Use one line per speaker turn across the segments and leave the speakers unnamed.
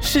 世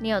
你有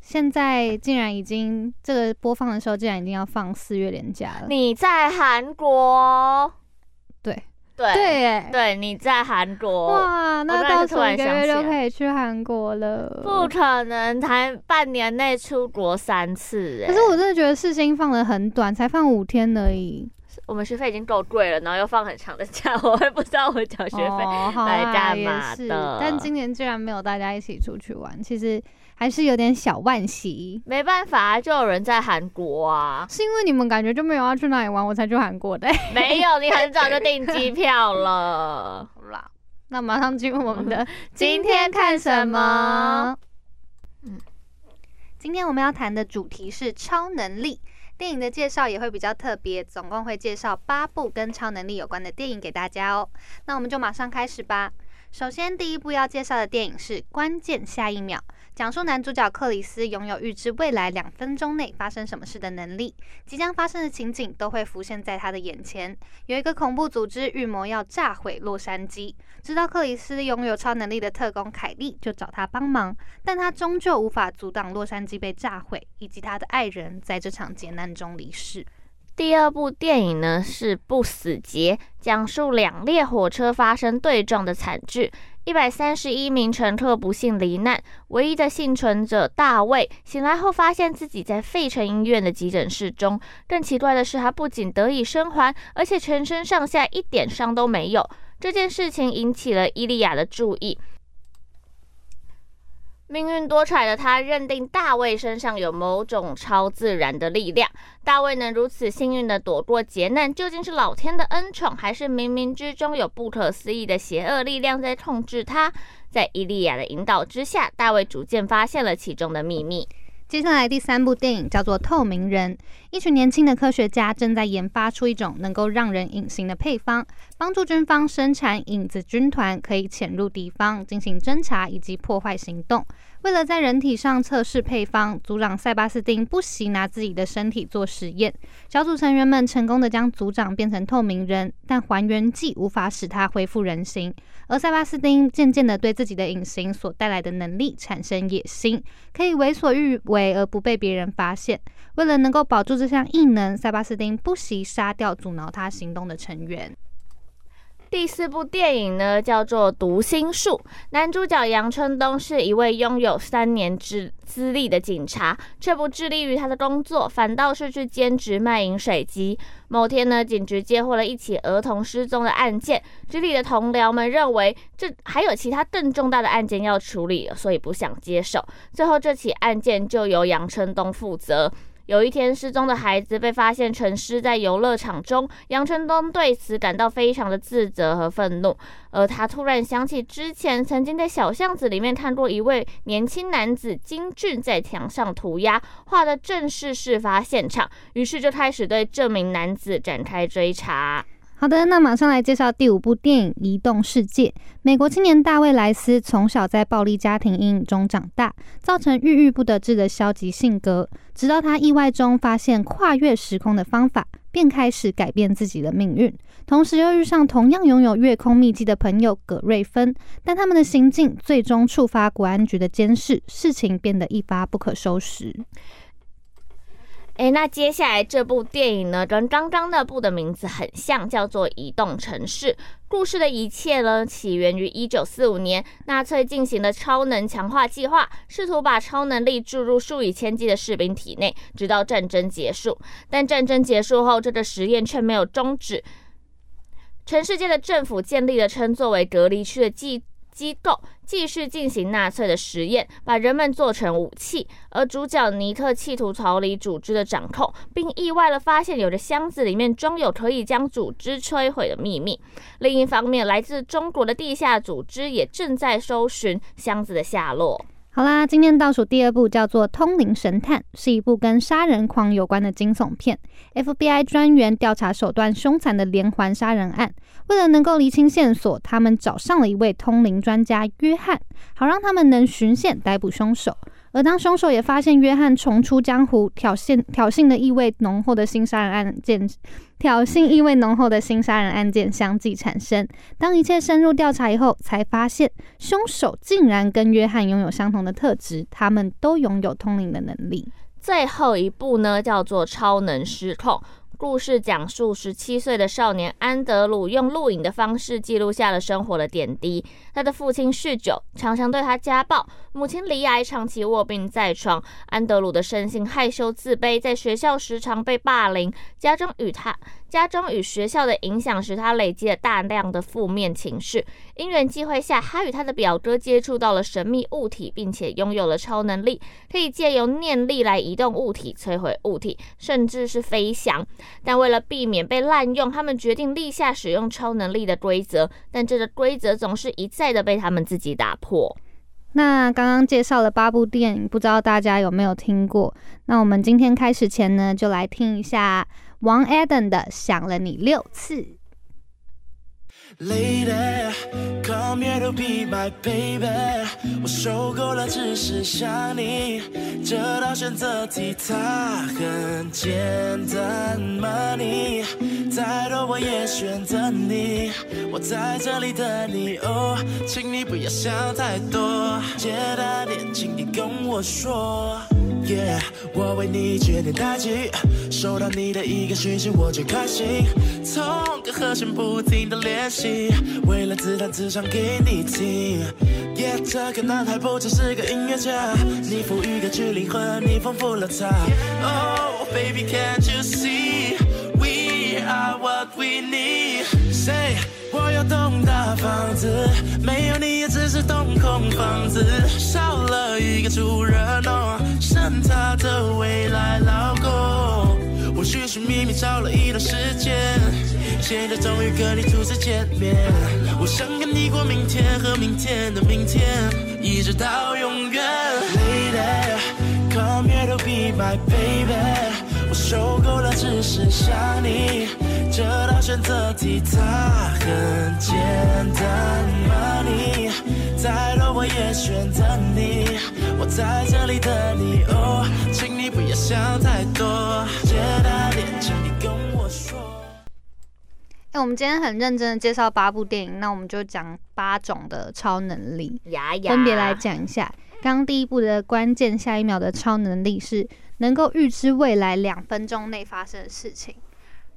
现在竟然已经这个播放的时候，竟然已经要放四月连假了。
你在韩国？
对
对
对，哎，
对，你在韩国？
哇，
我
那
刚才
到
就
时
突
候
然
一个
想
月
起来
就可以去韩国了。
不可能，才半年内出国三次、哎。
可是我真的觉得世新放的很短，才放五天而已。
我们学费已经够贵了，然后又放很长的假，我会不知道我缴学费。
哦好
来
啦
干
也
嘛
是
的
但今年居然没有大家一起出去玩，其实还是有点小惋惜。，
没办法啊，就有人在韩国啊
是因为你们感觉就没有要去哪里玩，我才去韩国的、欸
没有你很早就订机票了。
好啦， 那马上进入我们 的
今天看什么？
嗯，今天我们要谈的主题是超能力。电影的介绍也会比较特别，总共会介绍八部跟超能力有关的电影给大家哦。那我们就马上开始吧。首先，第一部要介绍的电影是《关键下一秒》，讲述男主角克里斯拥有预知未来两分钟内发生什么事的能力，即将发生的情景都会浮现在他的眼前。有一个恐怖组织预谋要炸毁洛杉矶，知道克里斯拥有超能力的特工凯莉就找他帮忙，但他终究无法阻挡洛杉矶被炸毁，以及他的爱人在这场劫难中离世。
第二部电影呢是《不死劫》，讲述两列火车发生对撞的惨剧，一百三十一名乘客不幸罹难，唯一的幸存者大卫醒来后发现自己在费城医院的急诊室中。更奇怪的是，他不仅得以生还，而且全身上下一点伤都没有。这件事情引起了伊利亚的注意。命运多舛的他认定大卫身上有某种超自然的力量。大卫能如此幸运的躲过劫难，究竟是老天的恩宠，还是冥冥之中有不可思议的邪恶力量在控制他？在伊利亚的引导之下，大卫逐渐发现了其中的秘密。
接下来第三部电影叫做《透明人》，一群年轻的科学家正在研发出一种能够让人隐形的配方，帮助军方生产影子军团，可以潜入敌方进行侦查以及破坏行动。为了在人体上测试配方，组长塞巴斯汀不惜拿自己的身体做实验。小组成员们成功的将组长变成透明人，但还原剂无法使他恢复人形。而塞巴斯汀渐渐的对自己的隐形所带来的能力产生野心，可以为所欲为而不被别人发现。为了能够保住这项异能，塞巴斯汀不惜杀掉阻挠他行动的成员。
第四部电影呢，叫做《读心术》，男主角杨春东是一位拥有三年资资历的警察，却不致力于他的工作，反倒是去兼职卖饮水机。某天呢，警局接获了一起儿童失踪的案件，局里的同僚们认为这还有其他更重大的案件要处理，所以不想接手。最后，这起案件就由杨春东负责。有一天，失踪的孩子被发现沉尸在游乐场中，杨春东对此感到非常的自责和愤怒。而他突然想起之前曾经在小巷子里面看过一位年轻男子金俊在墙上涂鸦，画的正是事发现场，于是就开始对这名男子展开追查。
好的，那马上来介绍第五部电影《移动世界》。美国青年大卫·莱斯从小在暴力家庭阴影中长大，造成郁郁不得志的消极性格。直到他意外中发现跨越时空的方法，便开始改变自己的命运。同时又遇上同样拥有月空秘籍的朋友葛瑞芬，但他们的行径最终触发国安局的监视，事情变得一发不可收拾。
诶，哎那接下来这部电影呢，跟刚刚那部的名字很像，叫做《移动城市》。故事的一切呢，起源于一九四五年，纳粹进行的超能强化计划，试图把超能力注入数以千计的士兵体内，直到战争结束。但战争结束后，这个实验却没有终止。全世界的政府建立了称作为隔离区的机机构，继续进行纳粹的实验，把人们做成武器。而主角尼克企图逃离组织的掌控，并意外的发现有的箱子里面装有可以将组织摧毁的秘密。另一方面，来自中国的地下组织也正在搜寻箱子的下落。
好啦，今天倒数第二部叫做《通灵神探》，是一部跟杀人狂有关的惊悚片。FBI 专员调查手段凶残的连环杀人案，为了能够厘清线索，他们找上了一位通灵专家约翰，好让他们能循线逮捕凶手。而当凶手也发现约翰重出江湖，挑衅挑衅的意味浓厚的新杀人案件，挑衅意味浓厚的新杀人案件相继产生。当一切深入调查以后，才发现凶手竟然跟约翰拥有相同的特质，他们都拥有通灵的能力。
最后一部呢，叫做《超能失控》。故事讲述十七岁的少年安德鲁用录影的方式记录下了生活的点滴。他的父亲酗酒，常常对他家暴；母亲离癌，长期卧病在床。安德鲁的生性害羞自卑，在学校时常被霸凌。家中与他家中与学校的影响使他累积了大量的负面情绪。因缘际会下，他与他的表哥接触到了神秘物体，并且拥有了超能力，可以借由念力来移动物体、摧毁物体，甚至是飞翔。但为了避免被滥用，他们决定立下使用超能力的规则，但这个规则总是一再的被他们自己打破。
那刚刚介绍了八部电影，不知道大家有没有听过？那我们今天开始前呢，就来听一下王 Eden 的《想了你六次》。
Lady, come here to be my baby。我受够了只是想你，这道选择题它很简单，money。再多我也选择你，我在这里等你哦，请你不要想太多，简单点，请你跟我说。Yeah，我为你决定代替，收到你的一个讯息我就开心，从个和弦不停的练习，为了自弹自唱给你听。Yeah，这个男孩不只是个音乐家，你赋予歌曲灵魂，你丰富了它。Oh baby，can't you see？We are what we need。Say，我有栋大房子，没有你也只是栋空房子，少了一个主人哦，剩他的未来老公。我寻寻觅觅找了一段时间，现在终于跟你初次见面。我想跟你过明天和明天的明天，一直到永远。Lady, come here to be my baby。我受够了只是想你，这道选择题它很简单，money。再多我也选择你，我在这里等你哦，请你不要想太多，简单点，请你跟我说。
哎、我们今天很认真的介绍八部电影，那我们就讲八种的超能力。
呀呀，
分别来讲一下。刚刚第一步的关键，下一秒的超能力是能够预知未来两分钟内发生的事情。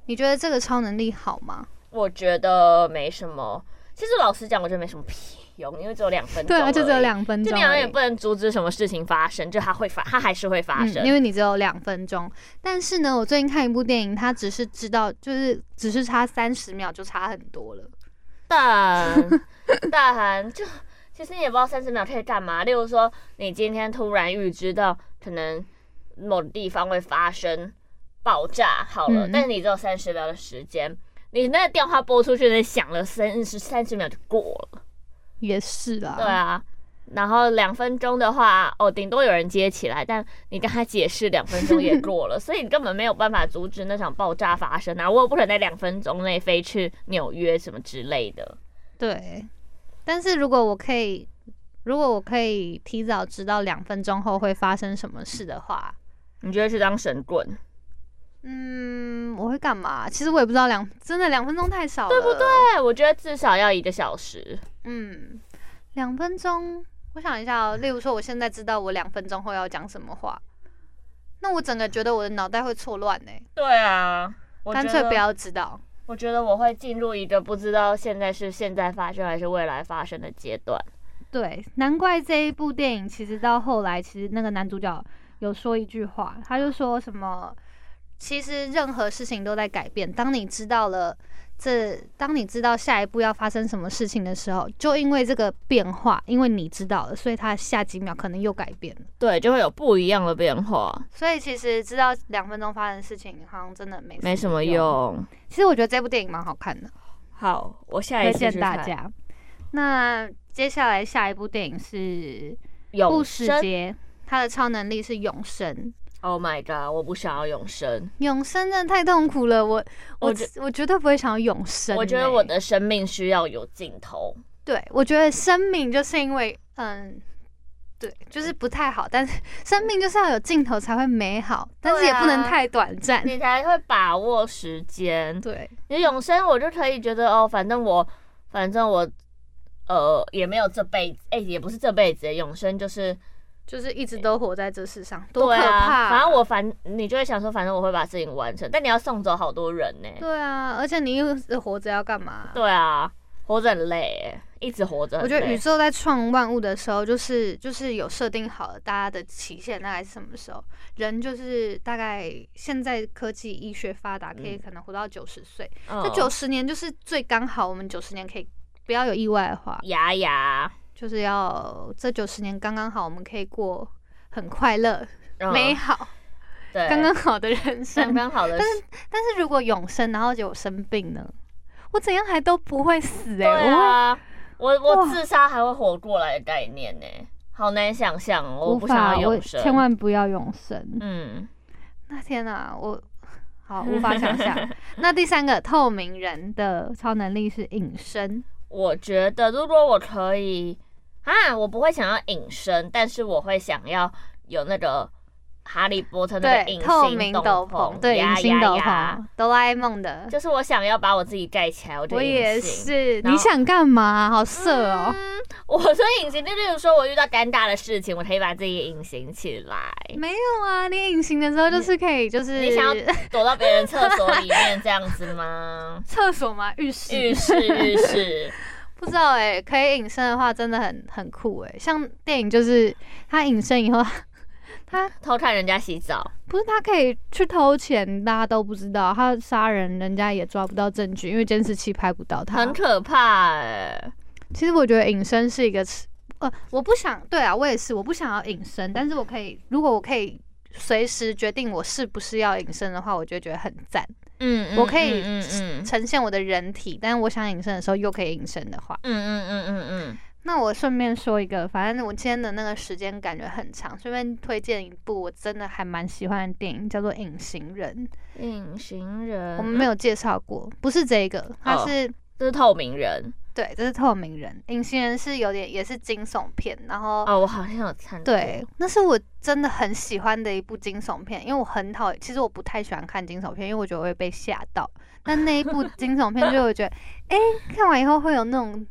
你觉得这个超能力好吗？
我觉得没什么。其实老实讲，我觉得没什么屁用，因为只有两分钟。
对啊，就只有。两分
就
钟
你好
而
像
已，
也不能阻止什么事情发生，就它会发，它还是会发生。
嗯，因为你只有两分钟。但是呢，我最近看一部电影，它只是知道，就是只是差三十秒就差很多了。
但但就其实你也不知道三十秒可以干嘛。例如说，你今天突然预知到可能某地方会发生爆炸，好了，
嗯
但是你只有三十秒的时间，你那个电话拨出去，那响了三十三十秒就过了，
也是啦，
对啊。然后两分钟的话，哦，顶多有人接起来，但你跟他解释两分钟也过了，所以你根本没有办法阻止那场爆炸发生啊！我也不可能在两分钟内飞去纽约什么之类的。
对，但是如果我可以，如果我可以提早知道两分钟后会发生什么事的话，
你就会去当神棍，
嗯，我会干嘛？其实我也不知道两，真的两分钟太少了，对不对？
对，我觉得至少要一个小时。
嗯，两分钟，我想一下哦。例如说，我现在知道我两分钟后要讲什么话，那我整个觉得我的脑袋会错乱呢、欸
对啊，我
干
觉
脆
得
不。要知道。
我觉得我会进入一个不知道现在是现在发生还是未来发生的阶段。
对，难怪这一部电影其实到后来，其实那个男主角有说一句话，他就说什么，其实任何事情都在改变。当你知道了这，当你知道下一步要发生什么事情的时候，就因为这个变化，因为你知道了，所以他下几秒可能又改变了。
对，就会有不一样的变化，
所以其实知道两分钟发生的事情，好像真的没
没什么
用。
用。
其实我觉得这部电影蛮好看的。
好，我下一
推
次去
荐大
看
家。那接下来下一部电影是《
永
不死
生。
劫》，他的超能力是永生。
Oh my god！我不想要永生，
永生真的太痛苦了，我我
我觉
我绝对不会想要永生欸、
我觉得我的生命需要有尽头。
对，我觉得生命就是因为嗯。对，就是不太好，但是生命就是要有尽头才会美好，但是也不能
啊
太短暂。
你才会把握时间。
对，
你永生，我就可以觉得哦，反正我，反正我，呃，也没有这辈子，哎、也不是这辈子，永生就是
就是一直都活在这世上，多
对
可怕、
啊。反正我反，你就会想说，反正我会把事情完成，但你要送走好多人呢、
对啊，而且你又是活着要干嘛？
对啊，活着很累、欸，一直活着很
我
累。
觉得宇宙在创万物的时候，就是就是有设定好了大家的期限，大概是什么时候？人就是大概现在科技医学发达，可以可能活到九十岁，这
嗯
九十年就是最刚好，我们九十年可以不要有意外的话，
牙牙、
就是要这九十年刚刚好，我们可以过很快乐、
嗯
美好、
对，
刚刚好的人
刚
生。
刚好的，
但是如果永生，然后就有生病呢？我怎样还都不会死
对
哎、欸，
啊，我我
哇
自杀还会活过来的概念呢、好难想象哦，
我
我
无
不想
法，
要
我
永生，
千万不要永生。
嗯，
那天啊，我 好无法想象。那第三个透明人的超能力是隐身，
我觉得如果我可以啊，我不会想要隐身，但是我会想要有那个哈利波特那个
对，
隐
透
形
明斗
斗
篷，对，隐形斗篷，，哆啦 A 梦的。
就是我想要把我自己盖起来，我就
我也
隐形。
是，
然
你
后
想干嘛？好色哦！
嗯，我说隐形，就例如说我遇到尴尬的事情，我可以把自己隐形起来。
没有啊，你隐形的时候就是可以，就是？
嗯你想要躲到别人厕所里面这样子吗
厕所吗？浴室？
浴室，浴 室，
不知道哎、可以隐身的话真的很很酷哎、像电影就是他隐身以后，他
偷看人家洗澡，
不是他可以去偷钱，大家都不知道他杀人，人家也抓不到证据，因为监视器拍不到他
很。可怕哎、
其实我觉得隐身是一个词，呃，我不想，对啊，我也是，我不想要隐身，但是我可以，如果我可以随时决定我是不是要隐身的话，我就觉得很赞，
嗯，
我可以
嗯嗯嗯
呈现我的人体，但是我想隐身的时候又可以隐身的话，
嗯嗯嗯嗯嗯，
那我顺便说一个，反正我今天的那个时间感觉很长，顺便推荐一部我真的还蛮喜欢的电影，叫做《隐形人》，
嗯隐形人，
我们没有介绍过，不是这个，它
哦
是、
这是透明人
对，这是透明人，隐形人是有点也是惊悚片，然后、
哦，我好像有看过，
对，那是我真的很喜欢的一部惊悚片，因为我很讨厌，其实我不太喜欢看惊悚片，因为我觉得我会被吓到。但那 一部惊悚片就我觉得，哎、看完以后会有那种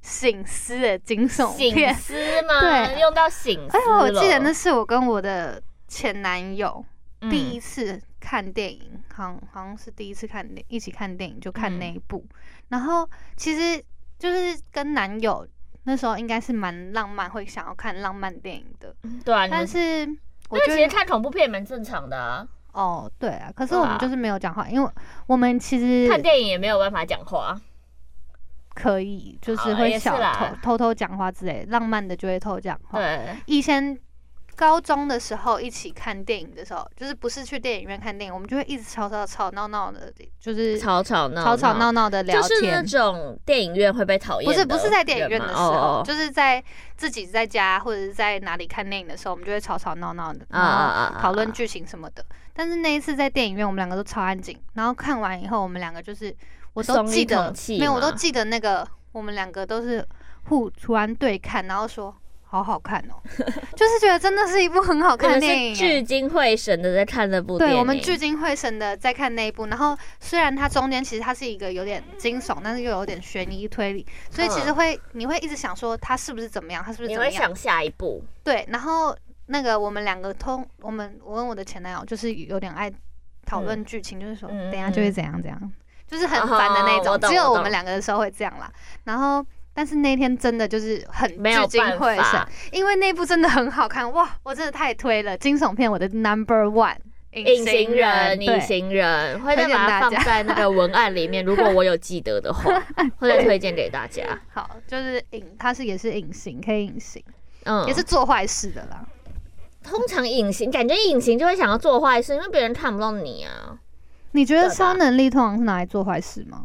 醒思的惊悚
醒
片。
思吗？
对
用到醒思
哎呦，
了。
我记得那是我跟我的前男友
嗯
第一次看电影，好像好像是第一次看电一起看电影就看那一部，
嗯
然后其实就是跟男友那时候应该是蛮浪漫，会想要看浪漫电影的，
对啊，你
但
们
是我
因为
觉
其实
得
看恐怖片也蛮正常的啊，
哦对啊，可是
对啊
我们就是没有讲话，因为我们其实
看电影也没有办法讲话。
可以就是
好
会
也是
小偷
啦嗯
偷偷讲话之类，浪漫的就会偷讲话，
对，
以前高中的时候一起看电影的时候，就是不是去电影院看电影，我们就会一直吵吵吵闹闹的，就是
吵吵闹，
吵吵闹闹的聊
就是那
天。
种电影院会被讨厌
不
的
是
人
不
吗。
是在电影院的时候，
哦哦
就是在自己在家或者是在哪里看电影的时候，我们就会吵吵闹闹的，
啊啊啊
然后讨论剧情什么的。但是那一次在电影院，我们两个都超安静，然后看完以后，我们两个就是我都
松一
记得
口气
没有，
嘛
我都记得那个我们两个都是互突然对看，然后说好好看 哦，就是觉得真的是一部很好
我
看的
们
电
是
影欸。
聚精会神的在看那部电影。
对，我们聚精会神的在看那一部，然后虽然它中间其实它是一个有点惊悚，但是又有点悬疑推理，所以其实会、你会一直想说它是不是怎么样，它是不是
嗯你
怎么
会
样？
想下一步，
对，然后那个我们两个通，我们我跟我的前男友就是有点爱讨论剧情，就是说
嗯嗯
等一下就会怎样怎样，就是很烦的那
哦我
种。
懂
只有
我
我
懂
们两个的时候会这样啦。然后，但是那天真的就是很
没有
聚精
办
会神
法，，
因为那部真的很好看哇！我真的太推了，惊悚片我的 number one。
隐形人，
对
隐形人，会
推
再
荐
把它
大
放
家
在那个文案里面，如果我有记得的 话，会再推荐给大家。
好，就是隐，它是也是隐形，可以隐形，
嗯，
也是做坏事的啦。
通常隐形，感觉隐形就会想要做坏事，因为别人看不到你啊。
你觉
对
得
吧
超能力通常是拿来做坏事吗？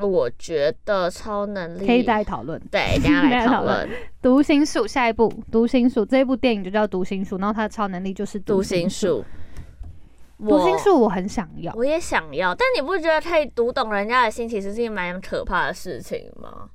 我觉得超能力
可以再讨论。
对，等一下
等一
来
下讨
讨
论
论
读心术，下一部读心术这一部电影就叫读心术，然后他的超能力就是
读
心
心。术。
读心
我
术我很想要，
我也想要，但你不觉得可以读懂人家的心，其实是一件蛮可怕的事情吗？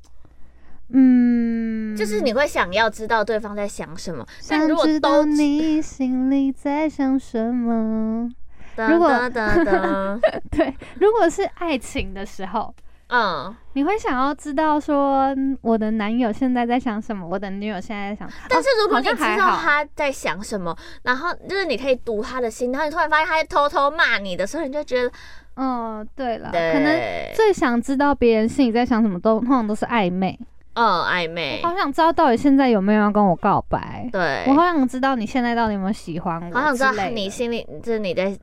嗯，
就是你会想要知道对方在想什么，但
想
如果
知道
都
你心里在想什么。
噔
如果
噔噔 噔，
对，如果是爱情的时候，
嗯，
你会想要知道说嗯我的男友现在在想什么，我的女友现在在想。
但是如果
好
你
像
知
还
道
好
他在想什么，然后就是你可以读他的心，然后你突然发现他在偷偷骂你的时候，你就觉得
哦，对了，可能
对，
最想知道别人心里在想什么都，通常都是暧昧。
嗯，暧昧，
好想知道到底现在有没有要跟我告白。
对
我，好想知道你现在到底有没有喜欢我，
好想知道你心里就是你在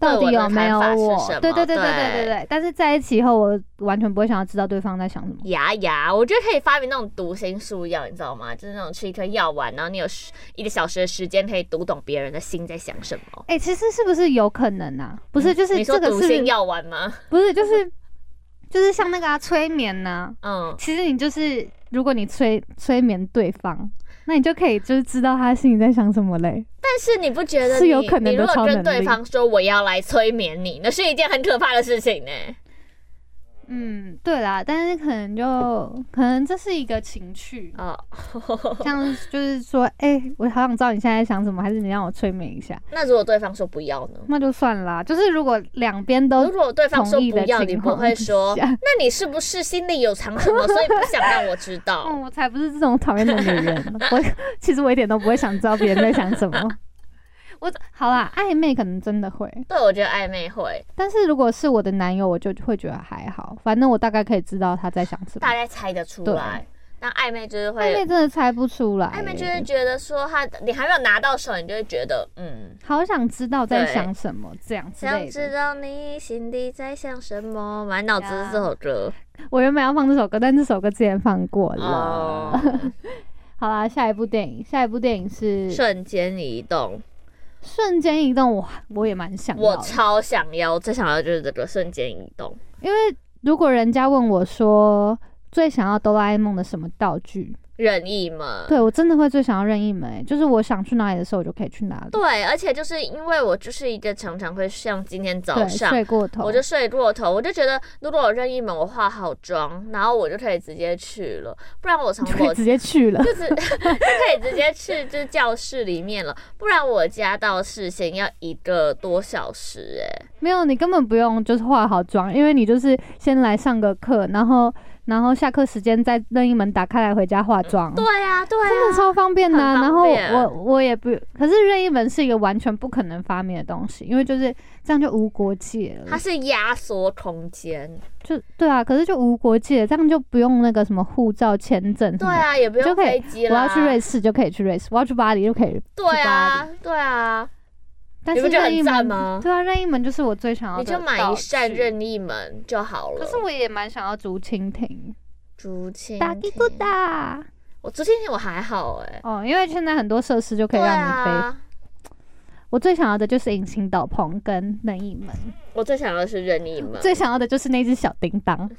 到底有没有
对我的看
我
法是什？么
对对对对
对
对对对。但是在一起以后，我完全不会想要知道对方在想什么。
牙牙，我觉得可以发明那种读心术药，你知道吗？就是那种吃一颗药丸，然后你有十一个小时的时间可以读懂别人的心在想什么。
哎、其实是不是有可能啊？不是， 就是
嗯你
这
说
个
读
是
心药丸吗？
不是就是就是像那个啊催眠呢、
嗯，
其实你就是如果你催催眠对方，那你就可以就是知道他心里在想什么嘞。
但是你不觉得
是
你
有可能的
你如
超
果
能力
跟对方说我要来催眠你，那是一件很可怕的事情呢、
嗯，对啦，但是可能就可能这是一个情趣，
哦，
像就是说，哎、我好想知道你现在在想什么，还是你让我催眠一下，
那如果对方说不要呢？
那就算啦。就是如果两边都
如果对方说
同意
不
的
要，
情
你不
况
会
之
说，
下
那你是不是心里有藏什么，所以不想让我知道？
嗯，我才不是这种讨厌的 女人。我其实我一点都不会想知道别人在想什么。我好啦，暧昧可能真的会，
对，我觉得暧昧会，
但是如果是我的男友，我就会觉得还好，反正我大概可以知道他在想什么
大。概猜得出
对
来。但暧昧就是会
暧昧真的猜不出来耶，
暧昧就是觉得说他你还没有拿到手，你就会觉得嗯，
好想知道在
对
想什么这样之
想
类
知
的。
道你心底在想什么，满脑子是这首歌
我原本要放这首歌，但这首歌之前放过了。
哦。
好啦，下一部电影，下一部电影是《
瞬间移动，
瞬间移动》我，我也蛮想要
我
的。
超想要，最想要的就是这个瞬间移动。
因为如果人家问我说最想要哆啦 A 梦的什么道具，
任意门，
对我真的会最想要任意门、欸就是我想去哪里的时候，我就可以去哪里。
对，而且就是因为我就是一个常常会像今天早
对，
上。
睡过头，
我就睡过头，我就觉得如果我任意门，我化好妆，然后我就可以直接去了，不然我从
就可
我
以直接去了。
就是就可以直接去就是教室里面了，不然我家到市县要一个多小时哎、
没有，你根本不用就是化好妆，因为你就是先来上个课，然后然后下课时间再任意门打开来回家化妆。
对呀、对
真的
呀、
超方便的啊、
很
然
方
后
便
我我也不，可是任意门是一个完全不可能发明的东西，因为就是这样就无国界了
它。是压缩空间，
就对啊，可是就无国界，这样就不用那个什么护照、签证什
对
么的。
啊，也不
就
用
可以
飞机
我
啦。
要去瑞士就可以去瑞士，我要去巴黎就可以。
对啊，对啊，
但
你
是
不觉得
任
很
意
赞
门
吗
对啊，任意门就是我最想要
你
的道具。
就买一扇任意门就好了。
可是我也蛮想要竹蜻蜓，
竹蜻
打嘀咕
蜓，
哒。
我竹蜻蜓我还好哎、
哦，因为现在很多设施就可以
对
让你飞。
啊，
我最想要的就是隐形斗篷跟任意门，
我最想要的是任意门，
最想要的就是那只小叮当。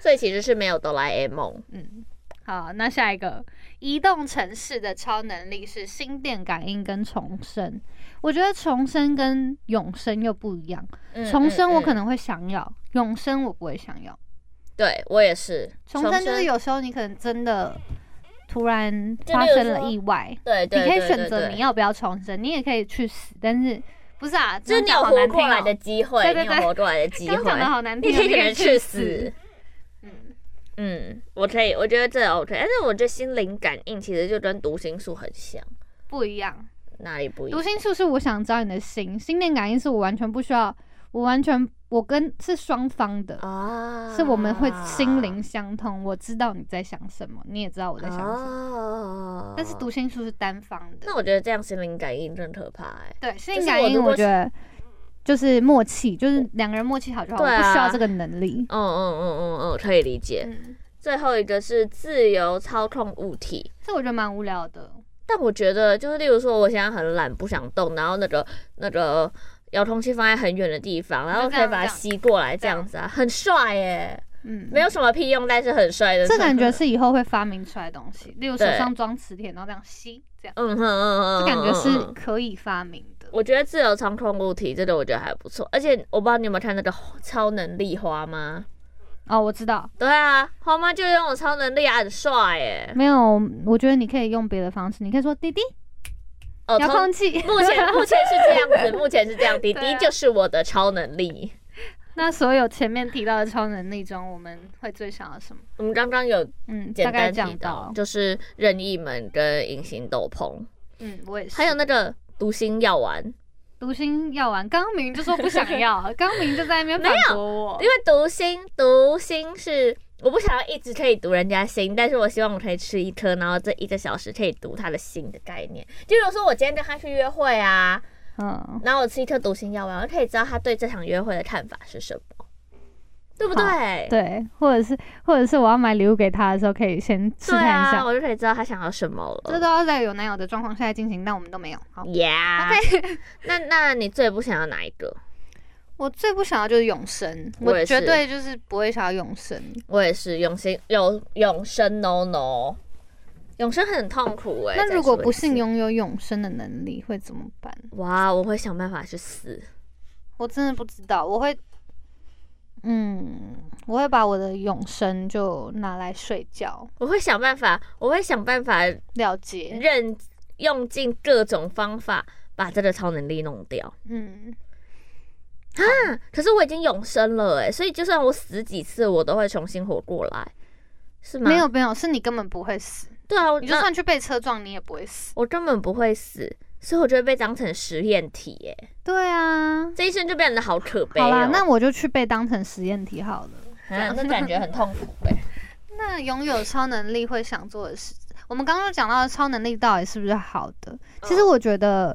所以其实是没有哆啦 A 梦。
嗯， 好，那下一个移动城市的超能力是心电感应跟重生。我觉得重生跟永生又不一样，
嗯
重生我
嗯
可、
嗯嗯
能会想要，永生我不会想要。
对我也是
重生就是有时候你可能真的突然
就
发
例如
生了
说
意外，
对对，
你可以
对
选
对
择
对
你要不要重生，你也可以去死，但是不是啊？
就是你有活过来的机会，
对对
你
对
有活过来的机
刚哦讲的
会，
好难听
你
哦，
可以
你
给人去死
死。。嗯，
嗯，我可以，我觉得这 OK，但是我觉得心灵感应其实就跟读心术很像，
不一样。
哪里不一
读
样？
心术是我想知道你的心，心电感应是我完全不需要，我完全我跟是双方的，
啊
是我们会心灵相通。我知道你在想什么，你也知道我在想什么。
哦
但是读心术是单方的
那，我觉得这样心灵感应真可怕哎、
对，心
就
灵
是
感
我
应
如
我
果
觉得就是默契，就是两个人默契好就好，
对
我不需要
啊
这个能力。
嗯嗯嗯嗯嗯，可以理解。
嗯，
最后一个是自由操控物体，
这我觉得蛮无聊的。
但我觉得就是例如说，我现在很懒，不想动，然后那个那个遥控器放在很远的地方，然后
就这
可以
样
把它
这样
吸过来，
这
这
样
样子啊，很帅耶、
嗯，
没有什么屁用，但是很帅的。
这感觉是以后会发明出来的东西，例如手
对
上装磁铁，然后这样吸，这样，
嗯哼嗯
这
嗯，
感觉
嗯嗯
是
嗯
可以发明的。
我觉得自由操控物体这个我觉得还不错，而且我不知道你有没有看那个超能力花吗？
哦，我知道，
对啊，花妈就拥有超能力啊，很帅耶！
没有，我觉得你可以用别的方式，你可以说弟弟
哦，
遥
从
控器。
目 前目前是这样子，目前是这样，迪
对
迪
啊
就是我的超能力。
那所有前面提到的超能力中，我们会最想要什么？
我们刚刚有
嗯，大
简
概
单提
讲
到
到，，
就是任意门跟隐形斗篷，
嗯，我也是。
还有那个读心药丸，因
读心药丸，刚刚明明就说不想要， 刚刚明明就在那边反驳我
为。读心读心是我不想要一直可以读人家心，但是我希望我可以吃一颗，然后这一个小时可以读他的心的概念。就比如说我今天跟他去约会啊，
嗯，
然后我吃一颗读心药丸，我可以知道他对这场约会的看法是什么，对不对？
对，或者是或者是我要买礼物给他的时候，可以先试
对
探一
啊，
下。
我就可以知道他想要什么了。
这都要在有男友的状况下进行，但我们都没有。好，
Yeah，那 那你最不想要哪一个？
我最不想要就是永生，
我
我
也
绝
是
对就是不会想要永生。
我也是永生永永生 no no，永生很痛苦哎、
那如果
再说一
不幸
次，
拥有永生的能力会怎么办？
哇，我会想办法去死。
我真的不知道，我会，嗯，我会把我的永生就拿来睡觉，
我会想办法，我会想办法
了结。
认用尽各种方法把这个超能力弄掉
嗯，
啊！可是我已经永生了哎、所以就算我死几次，我都会重新活过来，是吗？
没有，没有，是你根本不会死，
对啊，我
你就
那
算去被车撞，你也不会死。
我根本不会死，所以我就会被当成实验体耶、
对啊，
这一生就变得好可悲、哦。
好啦，那我就去被当成实验体好了。
啊那感觉很痛苦哎、
那拥有超能力会想做的事，我们刚刚讲到的超能力到底是不是好的？其
嗯
实我觉得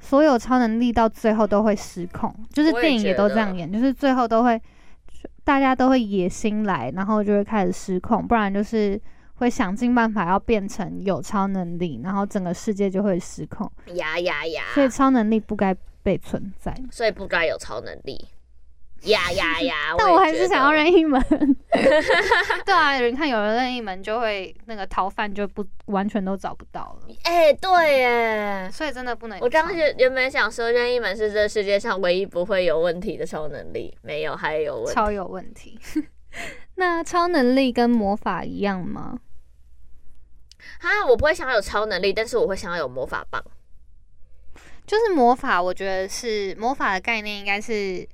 所有超能力到最后都会失控，就是
我也
电影也都
觉得
这样演，就是最后都会大家都会野心来，然后就会开始失控，不然就是会想尽办法要变成有超能力，然后整个世界就会失控。
呀呀呀！
所以超能力不该被存在。
所以不该有超能力。呀呀呀！
但
也
我还是
觉得
想要任意门。 对啊，你看有人任意门就会那个逃犯就不完全都找不到了，
哎、对耶！
所以真的不能有
我刚
超
刚
能
原原本想说任意门是这世界上唯一不会有问题的超能力，没有，还有问题。
超有问题。 那超能力跟魔法一样吗？
哈，我不会想要有超能力，但是我会想要有魔法棒。
就是魔法，我觉得是魔法的概念应该是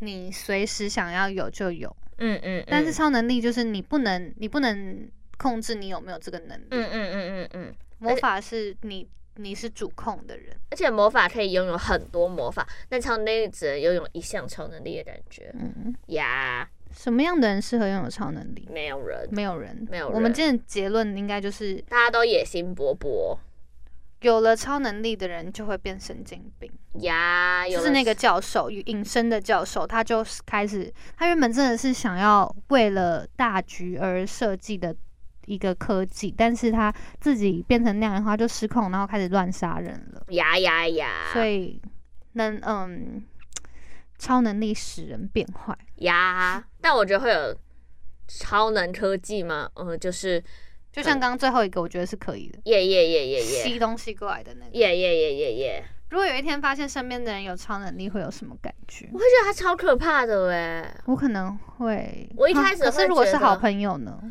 你随时想要有就有，
嗯嗯，
但是超能力就是你不能你不能控制你有没有这个能力，
嗯嗯嗯嗯嗯，
魔法是你你是主控的人。
而且魔法可以拥有很多魔法，但超能力只能拥有一项超能力的感觉。
嗯，
呀，
什么样的人适合拥有超能力？
没有人，
没有人，
没有
我们
人
今天的结论应该就是，
大家都野心勃勃。
有了超能力的人就会变神经病。
呀，有
就是
人
那个教授，隐身的教授，他就是开始，他原本真的是想要为了大局而设计的一个科技，但是他自己变成那样的话就失控，然后开始乱杀人了。
呀呀呀，
所以，能嗯，超能力使人变坏。
呀，但我觉得会有超能科技吗？嗯，就是
就像刚刚最后一个，我觉得是可以的，
耶耶耶耶耶
吸东西过来的那个。
耶耶耶耶耶，
如果有一天发现身边的人有超能力，会有什么感觉？
我会觉得它超可怕的哎。
我可能会，
我一
啊
开始
可
会
是如果
觉
是好
得嗯
朋友呢？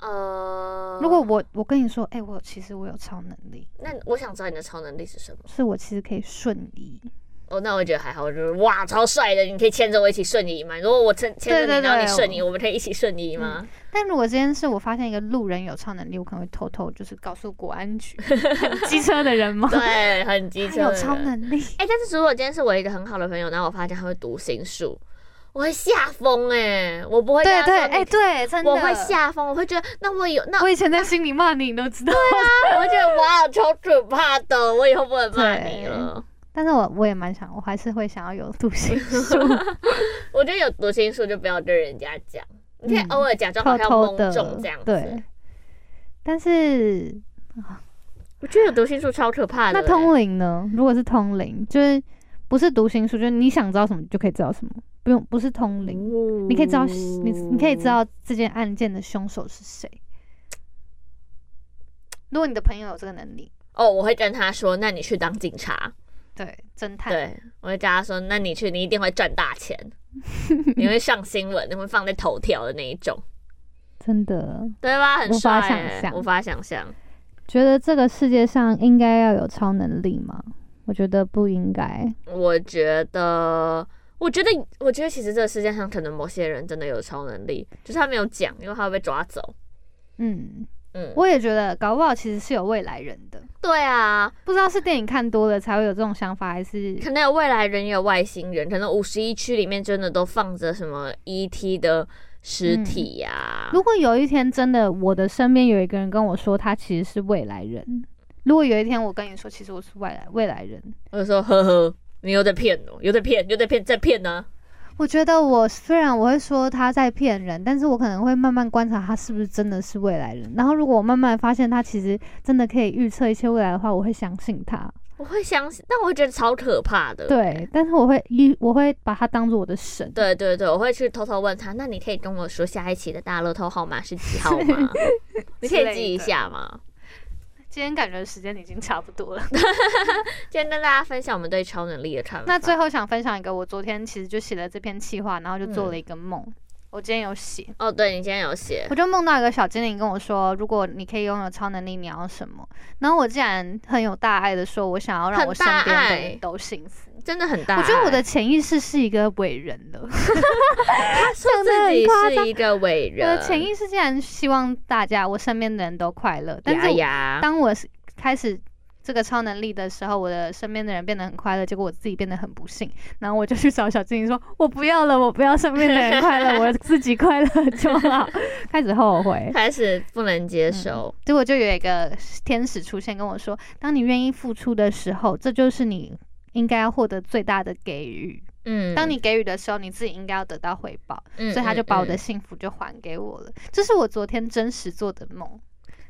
呃，
如果我我跟你说，哎、我其实我有超能力，
那我想知道你的超能力是什么？
是我其实可以瞬移，
哦，那我觉得还好，我就是哇，超帅的，你可以牵着我一起瞬移吗？如果我牵牵着你，
对对对
然后你瞬移，
我嗯
我们可以一起瞬移吗？
但如果今天是我发现一个路人有超能力，我可能会偷偷就是告诉国 安局机车的人吗？
对，很机
他
车的
有
人。
超能力，
哎、但是如果今天是我一个很好的朋友，然后我发现他会读心术，我会吓疯哎，我不会跟
对
他
对，
说
哎、
你
对，真的，
我会。吓疯，我会觉得那我有 那
我以前在心里骂你，你都知道。
我会觉得哇，超可怕的，我以后不能骂
对
你了。
但是我我也蛮想，我还是会想要有 读心术，
我觉得有读心术就不要跟人家讲，你可以
嗯
偶尔假装好
偷
像
偷
懵
的
懂这样，子。
对。但是
我觉得有读心术超可怕的、
那
欸。
通灵呢？如果是通灵，就是不是读心术，就是你想知道什么就可以知道什么，不用不是通灵，你可以知道你你可以知道这件案件的凶手是谁。如果你的朋友有这个能力，
哦，我会跟他说，那你去当警察。
对侦探，
对，我会跟他说，那你去，你一定会赚大钱， 你会上新闻，你会放在头条的那一种，
真的
对吧？很
无
帅、
法
欸，
想象
无法想象。
觉得这个世界上应该要有超能力吗？我觉得不应该。
我觉得，我觉得，我觉得，其实这个世界上可能某些人真的有超能力，就是他没有讲，因为他会被抓走。
嗯，
嗯，
我也觉得搞不好其实是有未来人的，
对啊，
不知道是电影看多了才会有这种想法，还是
可能有未来人，也有外星人，可能五十一区里面真的都放着什么 ET 的尸
嗯
体呀、
如果有一天真的我的身边有一个人跟我说他其实是未来人，如果有一天我跟你说其实我是未来未来人，
我就说呵呵，你又在骗我，又在骗，又在骗，在骗啊呢、
我觉得我虽然我会说他在骗人，但是我可能会慢慢观察他是不是真的是未来人。然后如果我慢慢发现他其实真的可以预测一切未来的话，我会相信他。
我会相信，但我会觉得超可怕的。
对，但是我会一我会把他当做我的神。
对对对，我会去偷偷问他，那你可以跟我说下一期的大乐透号码是几号 吗？你可以记一下吗？
今天感觉时间已经差不多了。
今天跟大家分享我们对超能力的看法。
那最后想分享一个，我昨天其实就写了这篇企划，然后就做了一个梦。我今天有写，
哦，对你今天有写
我就梦到一个小精灵跟我说，如果你可以拥有超能力，你要什么？然后我竟然很有大爱的说，我想要让
很
我身
大
边的
爱
人都幸福。
真的很大爱，
我觉得我的潜意识是一个伟人的，我
他说
想得
自
很
己
夸
是
张
一个伟人，
的潜意识竟然希望大家我身边的人都快乐。但是
呀
我
呀，
当我是开始这个超能力的时候，我的身边的人变得很快乐，结果我自己变得很不幸。然后我就去找小精灵说：“我不要了，我不要身边的人快乐，我自己快乐就好。” 开始后悔。
开始不能接受。
结果就有一个天使出现跟我说：“当你愿意付出的时候，这就是你应该要获得最大的给予。
嗯，
当你给予的时候，你自己应该要得到回报。
嗯，
所以他就
嗯
把我的
嗯
幸福就还给我了。这是我昨天真实做的梦，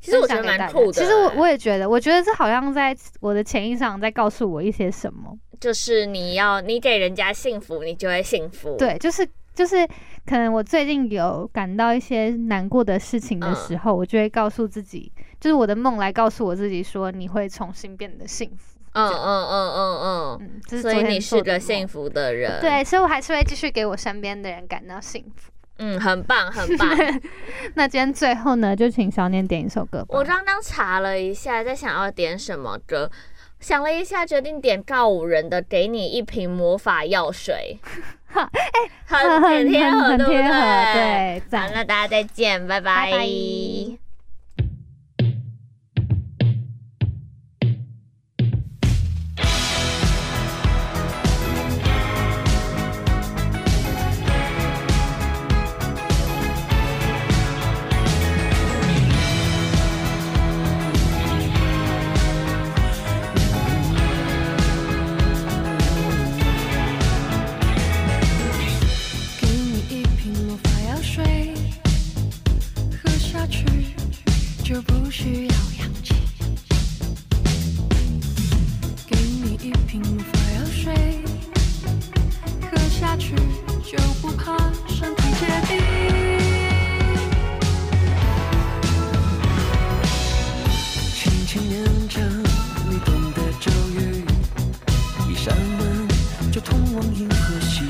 其哦实我觉
分
得
享给大
蛮
家
酷的欸。
其实我我也觉得，我觉得这好像在我的潜意识上在告诉我一些什么。
嗯就是你要你给人家幸福，你就会幸福。
对，就是就是，可能我最近有感到一些难过的事
嗯
情的时候，我就会告诉自己，就是我的梦来告诉我自己说，你会重新变得幸福。
嗯，嗯嗯嗯嗯
嗯，
嗯，
这是
所
昨
以
天
你
做
是个
的梦
幸。福的人。，
对，所以我还是会继续给我身边的人感到幸福。
嗯，很棒很棒。
那今天最后呢，就请小念点一首歌吧。
我刚刚查了一下，在想要点什么歌，想了一下，决定点告五人的《给你一瓶魔法药 水》
哈
很，很贴合，
哎 很
对不
贴合，
对？
对，
好，
赞。
那大家再见，拜
拜拜
给你一瓶魔法药水，喝下去就不需要氧气。给你一瓶魔法药水，喝下去就不怕身体结冰。
轻轻念着你懂的咒语，一扇门就通往银河系。